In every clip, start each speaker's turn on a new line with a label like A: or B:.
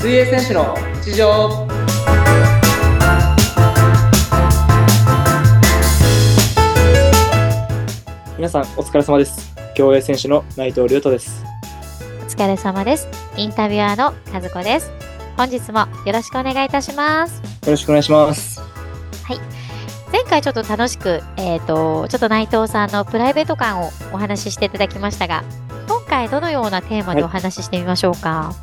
A: 選手の日常皆さんお疲れ様です競泳選手の内藤亮太です
B: お疲れ様です。インタビュアーの和子です。本日もよろしくお願いいたします。
A: よろしくお願いします
B: 前回ちょっと楽しく、えっ、と、ちょっと内藤さんのプライベート感をお話ししていただきましたが、今回どのようなテーマでお話ししてみましょうか。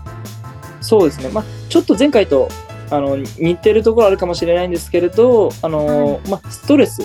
A: そうですねまあちょっと前回とあの似てるところあるかもしれないんですけれどあの、まあストレス、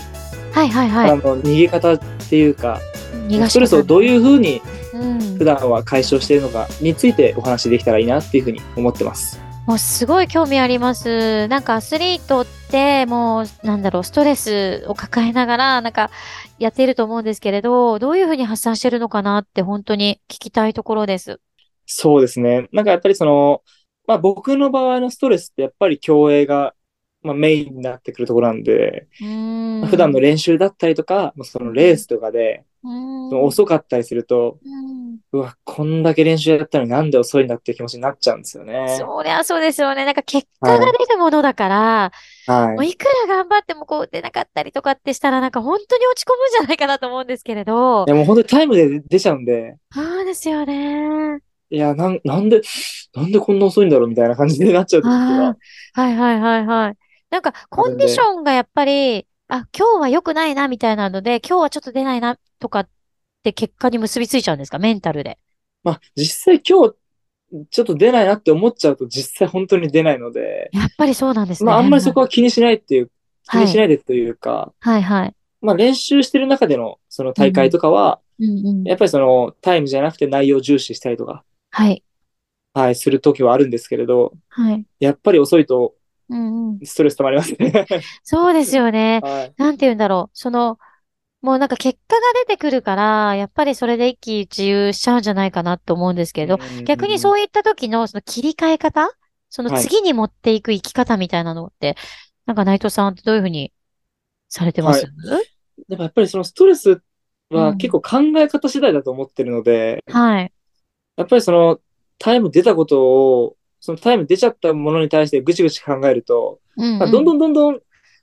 B: はい、はい、はい
A: あ。の逃げ方っていうか
B: 逃がし方
A: ストレスをどういうふうに
B: うん
A: 普、段は解消しているのかについてお話できたらいいなっていうふうに思ってます
B: もうすごい興味あります。なんかアスリートって、もう、なんだろう、ストレスを抱えながら、なんか、やっていると思うんですけれど、どういうふうに発散してるのかなって、本当に聞きたいところです。
A: そうですね。なんかやっぱりその、まあ僕の場合のストレスってやっぱり競泳が、まあ、メインになってくるところなんで、
B: うーん
A: 普段の練習だったりとか、まあそのレースとかで、
B: うーん
A: その遅かったりすると、
B: うん
A: うわ、こんだけ練習やったのになんで遅いんだっていう気持ちになっちゃうんですよね。
B: そりゃそうですよね。なんか結果が出るものだから、も
A: は
B: う
A: い。
B: いくら頑張ってもこう出なかったりとかってしたら、なんか本当に落ち込むんじゃないかなと思うんですけれど
A: い。やもう本当にタイムで出ちゃうんで、
B: そうですよね。
A: いや、なん、なんで、なんでこんな遅いんだろうみたいな感じになっちゃう時
B: あ
A: は、
B: あ、はいはいはいはい。なんかコンディションがやっぱり、あ、今日は良くないなみたいなので、今日はちょっと出ないなとかって結果に結びついちゃうんですか、メンタルで。
A: まあ実際今日、ちょっと出ないなって思っちゃうと実際本当に出ないので、
B: やっぱりそうなんです
A: まああんまり
B: ね。
A: そこは気にしないっていう、気にしない いでというか、
B: はいはい。
A: まあ練習してる中でのその大会とかは、
B: うんうん。
A: やっぱりそのタイムじゃなくて内容重視したりとか、
B: はい。
A: はい、する時はあるんですけれど、
B: はい。
A: やっぱり遅いと
B: うんうん。
A: ストレス溜まります ね。
B: そうですよね。
A: はい。
B: なんて言うんだろう。その、もうなんか結果が出てくるから、やっぱりそれで一喜一憂しちゃうんじゃないかなと思うんですけれど、逆に
A: う
B: そういった時のその切り替え方、その
A: はい
B: 次に持っていく生き方みたいなのって、なんか内藤さんってどういうふうにされてます
A: ん。でもやっぱりそのストレス
B: う
A: は
B: ん
A: 結構考え方次第だと思ってるので、
B: はい。
A: やっぱりそのタイム出たことを、そのタイム出ちゃったものに対してぐちぐち考えると、
B: うん
A: まあ
B: うん
A: どんどんどんどん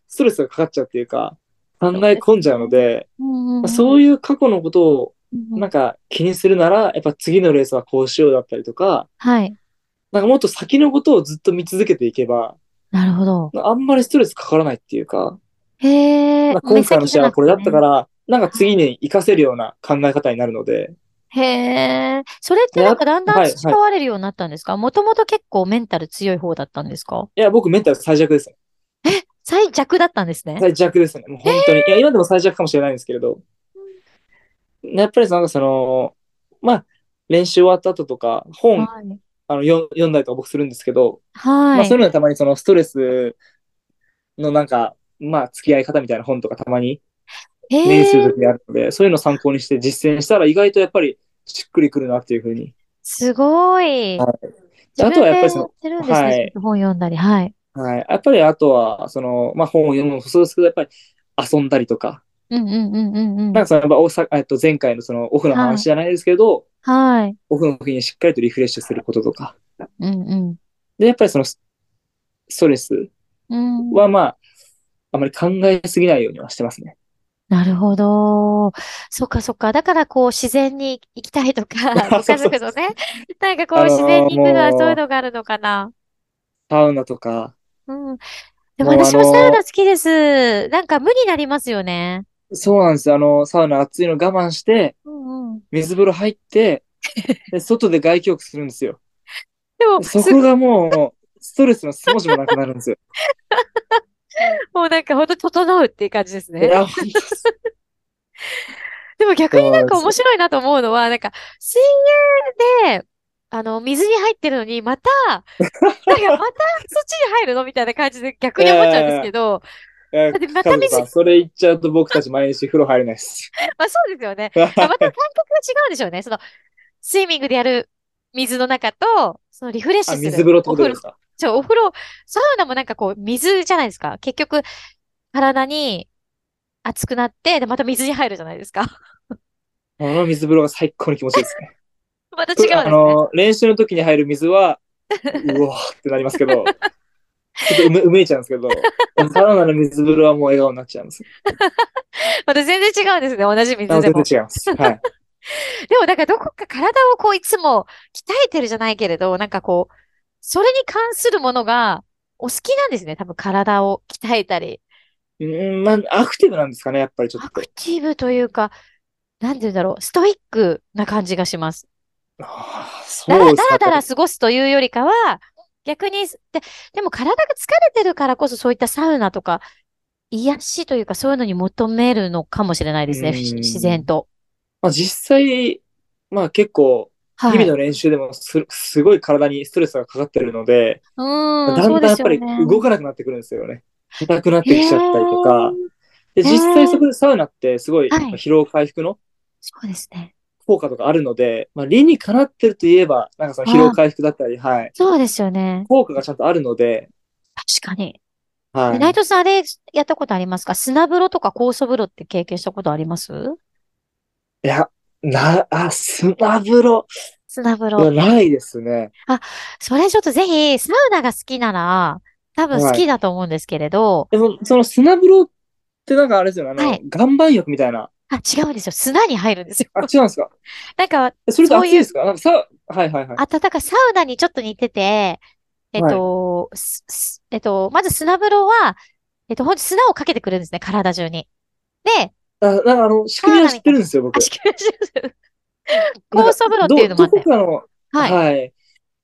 A: ストレスがかかっちゃうっていうか、考え込んじゃうので、
B: うんう
A: ま
B: ん
A: あそういう過去のことを
B: うん
A: なんか気にするなら、やっぱ次のレースはこうしようだったりとか、
B: はい。
A: なんかもっと先のことをずっと見続けていけば、
B: なるほど。
A: あんまりストレスかからないっていうか、
B: へえ、
A: まあ
B: 目
A: 今回の
B: 先じ
A: 試
B: ゃ
A: 合
B: な
A: は
B: く
A: これだったか
B: てね。
A: ら、なんか次に活かせるような考え方になるので、
B: へえ、それってなんかだんだん
A: はいはい
B: 培われるようになったんですかもともと結構メンタル強い方だったんですか
A: いや、僕メンタル最弱ですね。
B: 最弱だったんですね。
A: 最弱ですね。もう本当に。いや、今でも最弱かもしれないんですけれど。やっぱりなんかその、まあ、練習終わった後とか、本
B: はい。
A: あの読読んだりとか僕するんですけど、
B: はい。
A: まあそういうのはたまにそのストレスのなんか、まあ付き合い方みたいな本とかたまに目にす
B: へ
A: る
B: え
A: ときあるので、そういうのを参考にして実践したら意外とやっぱりしっくりくるなっていうふうに。
B: すごい。
A: は
B: 自
A: あとはやっぱり
B: 分
A: そ
B: でや
A: の
B: ってるんですね。
A: はい
B: そうやって本読んだり。はい。
A: はい。やっぱりあとは、その、まあ本を読むのもそうですけど、やっぱり遊んだりとか、
B: うんうんうんうんうん。
A: なんかその、やっぱ大阪、えっと、前回のそのオフの話じゃないですけど、
B: はい。
A: オフの時にしっかりとリフレッシュすることとか。
B: うんうん。
A: で、やっぱりそのス、ストレス
B: うん、
A: はまあ、あまり考えすぎないようにはしてますね。
B: なるほど。そっかそっか。だからこう自然に行きたいとか、 ご
A: そう
B: 家
A: そう
B: 族のね、なんかこう
A: あのー
B: 自然に行くのは
A: もう
B: そういうのがあるのかな。
A: サウナとか、
B: うん。でも
A: もう
B: 私も
A: あのー
B: サウナ好きです。なんか無になりますよね。
A: そうなんですよ。あの、サウナ暑いの我慢して、
B: うんうん。
A: 水風呂入 って、で外で外気浴するんですよ。
B: でも、
A: そ
B: す
A: こがもう、ストレスの少しもなくなるん ですよ。
B: もうなんかほんと整うっていう感じです
A: い
B: ね。
A: や、本当です
B: でも逆になんか
A: そうなん
B: 面白いなと思うのは、なんか、水泳で、あの、水に入ってるのに、また、 なんかまたそっちに入るのみたいな感じで逆に思っちゃうんですけど、
A: いや
B: だってまた
A: カ
B: 水
A: ズさんそれ言っちゃうと僕たち毎日風呂入れないです。
B: まあそうですよね。まあまた感覚が違うんでしょうね。その、スイミングでやる水の中と、そのリフレッシュ
A: あ、
B: する
A: 水風呂ってことで
B: お
A: す
B: 風呂、
A: か
B: そう、お風呂、サウナもなんかこう、水じゃないですか。結局、体に熱くなって、で、また水に入るじゃないですか。
A: あの水風呂が最高に気持ちいいですね。
B: また違うんですね。
A: あの、練習の時に入る水は、うわーってなりますけど、ちょっとうめうめいちゃうんですけど、サウナの水風呂はもう笑顔になっちゃうんです。
B: また全然違うんですね、同じ水
A: あ
B: で
A: 全
B: も。
A: 然違います。はい。
B: でもなんかどこか体をこういつも鍛えてるじゃないけれど、なんかこう、それに関するものがお好きなんですね。多分体を鍛えたり。
A: うーん、まあ、アクティブなんですかね、やっぱりちょ
B: ア
A: っと
B: ク。ティブというか、なんて言うんだろう、ストイックな感じがします。
A: あー
B: だ
A: そう
B: ら
A: です
B: だ
A: か。
B: らだら過ごすというよりかは、逆に、で、でも体が疲れてるからこそそういったサウナとか、癒しというかそういうのに求めるのかもしれないですね、
A: うん
B: し自然と。
A: まあ、実際、まあ結構、
B: はい。
A: 日々の練習でもすすごい体にストレスがかかってるので、
B: うーん、
A: だ
B: そう
A: だ
B: ん
A: ん
B: で
A: やっ
B: すよ
A: ぱり
B: ね。
A: 動かなくなってくるんですよね。硬くなってきちゃったりとか。で、
B: へー
A: 実際そこでサウナってすごい
B: はい
A: 疲労回復の
B: そうですね。
A: 効果とかあるので、まあ理にかなってるといえば、なんかその疲労回復だったり、はい。
B: そうですよね。
A: 効果がちゃんとあるので、
B: 確かに。
A: はい。
B: 内藤さん、あれ、やったことありますか砂風呂とか酵素風呂って経験したことあります
A: いや、な、あ、砂風呂
B: 砂風呂。
A: はないですね。
B: それちょっとぜひ、サウナが好きなら、多分好きだと思うんですけれど、
A: でも、その砂風呂ってなんかあれですよね、あの、
B: はい
A: 岩盤浴みたいな。
B: あ、違うんですよ。砂に入るんですよ。
A: あ、違うんですか
B: なんか、
A: えそれと
B: そう
A: 暑
B: いう
A: いですかなんかさ、はいはいはい。
B: 暖かいサウナにちょっと似てて、えっと、すすえっと、まず砂風呂は、えっと、ほんと砂をかけてくれるんですね、体中に。で、
A: あ、なんかあの、仕組みは知ってるんですよ、僕
B: あ、。し酵素風呂っていうのもあ
A: どど
B: って
A: こ。かの、
B: はい。
A: はい。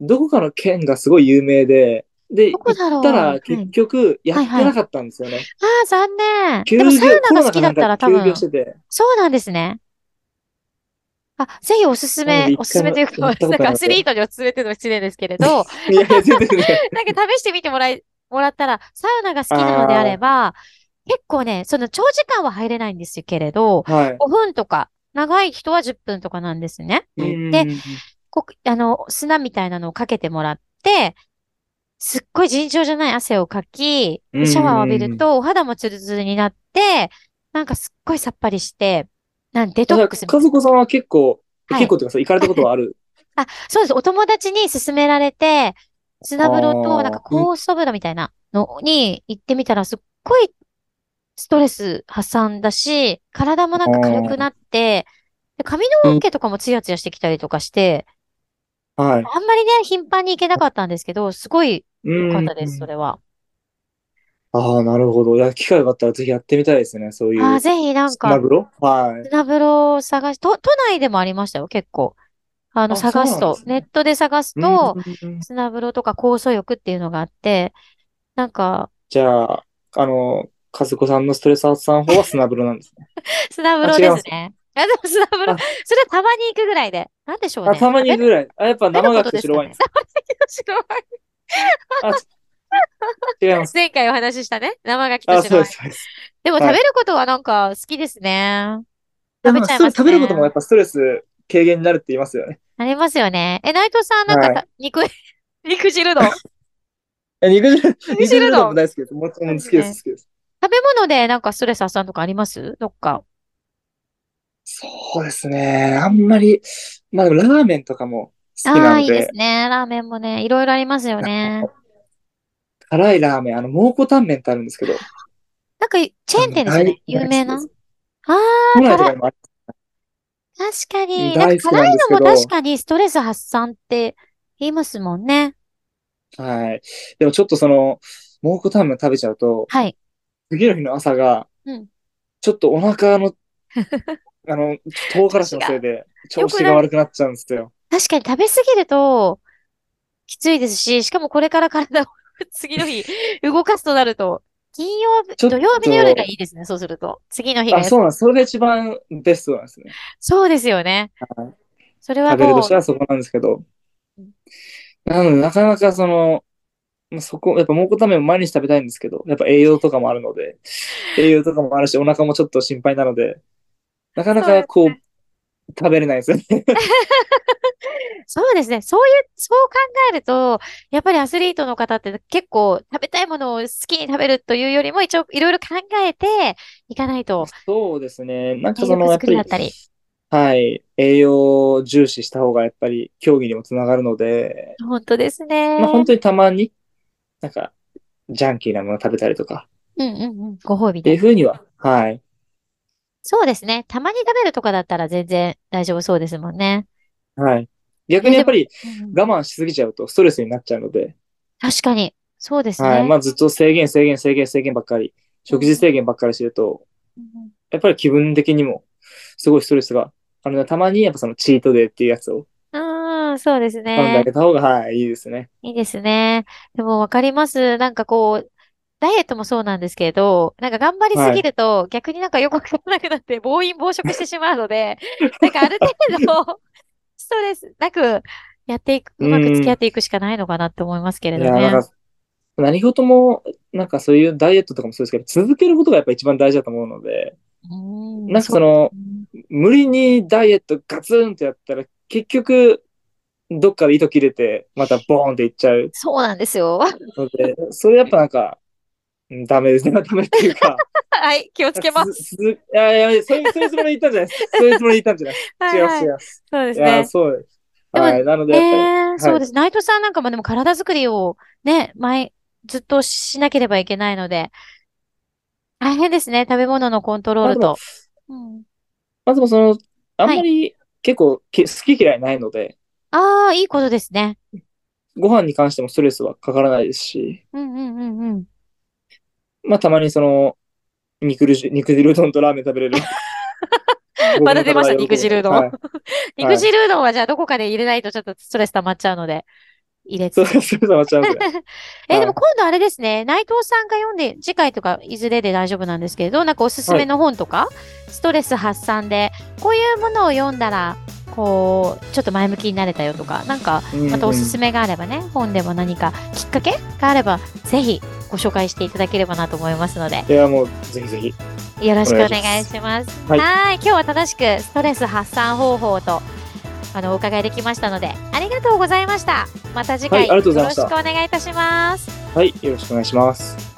A: どこかの県がすごい有名で、で、
B: ど
A: 行
B: こだろう
A: ったら
B: は
A: 結
B: い
A: 局やってなかったんですよね。
B: ああ、残念。
A: 休
B: でもサウ
A: 業、コ
B: ナ
A: ロ
B: が
A: ナか
B: 好きだ
A: な
B: っ
A: ん
B: たら
A: か
B: 多
A: 休業
B: 分
A: し、てて。
B: そうなんですね。あ、ぜひおすす
A: なの
B: め
A: で、
B: おすすめというか、
A: 一回もやったこと
B: な
A: なんい
B: かアスリートにおすすめというのも失礼ですけれど、
A: いやいや、全然 ね。
B: なんか試してみてもらい、もらったら、サウナが好きなのであれば、結構ね、その長時間は入れないんですけれど、
A: はい。
B: 5分とか、長い人は10分とかなんですね。
A: うん
B: で、こあの、砂みたいなのをかけてもらって、すっごい尋常じゃない汗をかき、
A: うん
B: シャワーを浴びると、お肌もツルツルになって、なんかすっごいさっぱりして、なんデトックスみた
A: 和
B: い
A: 子さんは結構、
B: はい
A: 結構っていうかさ、行かれたことはあ る。
B: な。あ、そうです。お友達に勧められて、砂風呂
A: あ
B: と、
A: ー
B: なんか酵素風呂みたいなのに行ってみたら、すっごいストレス発散だし、体もなんか軽くなって、で髪の毛とかもツヤツヤしてきたりとかして、
A: はい。
B: あんまりね、頻繁に行けなかったんですけど、すごい良かったです、それは。
A: ああ、なるほど。いや、機会があったらぜひやってみたいですね、そういう。
B: あー、ぜひなん
A: 砂
B: か、
A: 風呂はい。
B: 砂風呂を探し、都、都内でもありましたよ、結構。あの、
A: あそう
B: 探す
A: なん
B: と
A: で、すね
B: ネットで探すと、
A: うん
B: 砂風呂とか酵素浴っていうのがあって、なんか、
A: じゃあ、あの、和子さんのストレス発散法は砂風呂なんですね。
B: 砂風呂ですね。 あ、でも砂風呂
A: あ、
B: それはたまに行くぐらいで。なんでしょう
A: あ、
B: ね。
A: たまに
B: 食べ
A: ぐらい。あ、やっぱ
B: 食べ
A: 生
B: る
A: ガ
B: こと
A: キ
B: で
A: と
B: す
A: 白
B: か
A: ワイン
B: ね
A: です。違
B: 生牡蠣と白ワイ
A: いま
B: ン
A: す。
B: 前回お話ししたね。生牡蠣と
A: あ、
B: 白
A: そうで
B: ワイン。
A: す、そうです。
B: でも
A: はい
B: 食べることはなんか好きですね。
A: で
B: 食べ
A: も
B: ちゃいますね。
A: 食べることもやっぱストレス軽減になるって言いますよね。
B: ありますよね。え、内藤さん、なんか
A: は
B: た、肉、 肉 汁の。食
A: え肉汁、肉汁
B: の
A: 丼も大好きです。もちろん好きです、好きです。
B: べ物でなんかストレス発散とかありますどっか。
A: そうですね。あんまり、まあでもラーメンとかも好き
B: ああ、
A: ないの
B: いで
A: で、
B: すね。ラーメンもね、いろいろありますよね。
A: 辛いラーメン、あの、蒙古タンメンってあるんですけど、
B: なんか、チェーン店ですよね。
A: 大
B: 有名な。あ
A: 大好き
B: あ
A: 都
B: ー、
A: 内と
B: 辛
A: か
B: い。
A: にもある
B: 確かに。なん
A: 大好
B: か
A: きな
B: 辛
A: ん
B: い
A: ですけ
B: の
A: ど
B: も確かにストレス発散って言いますもんね。
A: はい。でもちょっとその、蒙古タンメン食べちゃうと、
B: はい。
A: 次の日の朝が
B: うん、
A: ちょっとお腹 の、あの、唐辛子のせいで、調子が悪くなっちゃうんですよ。
B: 確かに食べ過ぎると、きついですし、しかもこれから体を次の日動かすとなると、金曜日、
A: ちょっと
B: 土曜日の夜がいいですね、そうすると。次の日が
A: あ、そうなんです。それが一番ベストなんですね。
B: そうですよね
A: はい。
B: それは
A: 食べる
B: も
A: と
B: う
A: した、らそこなんですけど
B: うん。
A: なので、なかなかその、まあそこ、やっぱ蒙古タンメンも毎日食べたいんですけど、やっぱ栄養とかもあるので、栄養とかもあるし、お腹もちょっと心配なので、なかなかこう、食べれないですよね。
B: そうですね。そういう、そう考えると、やっぱりアスリートの方って結構食べたいものを好きに食べるというよりも、一応いろいろ考えていかないと、
A: そうですね。なんか
B: 体
A: その、
B: 力
A: やっ
B: 作
A: ぱ
B: り
A: り
B: だっ、たり。
A: はい。栄養を重視した方がやっぱり競技にもつながるので、
B: 本当ですね。
A: まあ本当にたまに、なんか、ジャンキーなもの食べたりとか、
B: うんうんうん。ご褒美
A: ってい
B: で
A: う。ふうには、はい。
B: そうですね。たまに食べるとかだったら全然大丈夫そうですもんね。
A: はい。逆にやっぱり
B: うん
A: 我慢しすぎちゃうとストレスになっちゃうので、
B: 確かに。そうですね。
A: はい。まあずっと制限、制限、制限、制限ばっかり、食事制限ばっかりしてると、
B: うん
A: やっぱり気分的にもすごいストレスがあるので、たまにやっぱそのチートデーっていうやつを
B: うん、そうです
A: 飲んであ
B: ね。
A: げた方が、はい、いいですね。
B: いいですね。でもわかります。なんかこう、ダイエットもそうなんですけど、なんか頑張りすぎると逆になんかよくわからなくなって暴飲暴食してしまう ので、なんかある程度ストレスなくやっていく、うまく付き合っていくしかないのかなって思いますけれ
A: い
B: ど
A: や、
B: ね。
A: なんか、何事も、なんかそういうダイエットとかもそうですけど、続けることがやっぱ一番大事だと思うので、
B: うん、
A: なんか
B: う
A: その、
B: うん
A: 無理にダイエットガツンってやったら、結局、どっかで糸切れて、またボーンっていっちゃう
B: そうなんですよ。
A: ので、それやっぱなんか、うんダメですね。ダメっていうか。
B: はい、気をつけます。
A: す。すいやいやいや、そういう、そういうつもりで言ったんじゃないです。そういうつもりで言ったんじゃないです。
B: はい
A: 違い
B: は
A: ます、
B: い
A: 違います。
B: そうです
A: いや、
B: ね。
A: そうです。
B: でも
A: はい。なので、
B: ね
A: やっぱり、
B: え、そうです。内藤さんなんかもでも体作りをね、前、ずっとしなければいけないので、大変ですね。食べ物のコントロールと。うん
A: まずもその、あん
B: は
A: ま
B: い
A: り結構き好き嫌いないので、
B: ああ、いいことですね。
A: ご飯に関してもストレスはかからないですし、
B: うんうんうんうん。
A: まあたまにその、肉汁、肉汁うどんとラーメン食べれる。 僕の体が喜ぶ
B: また出ました肉汁うどん
A: はい
B: 肉汁うどんはじゃあどこかで入れないとちょっとストレス溜まっちゃうので、入れ
A: そう
B: つつ。
A: です。そうです。
B: え、
A: はい
B: でも今度あれですね、内藤さんが読んで、次回とかいずれで大丈夫なんですけれど、なんかおすすめの本とか、ストレス発散で、こういうものを読んだら、こう、ちょっと前向きになれたよとか、なんか、またおすす
A: め。
B: めがあればね、本でも何かきっかけがあれば、ぜひご紹介していただければなと思いますので、
A: いや、もう、ぜひぜひ。
B: よろしくお
A: お願いします
B: 願いします。は
A: はいい
B: い今日は正しくストレス発散方法と、あの、お伺いできましたので、ありがとうございました。また次
A: は
B: 回、
A: いありがとうござい
B: よ
A: ま
B: ろ
A: し
B: したくお願いいたします。
A: はい。よろしくお願いします。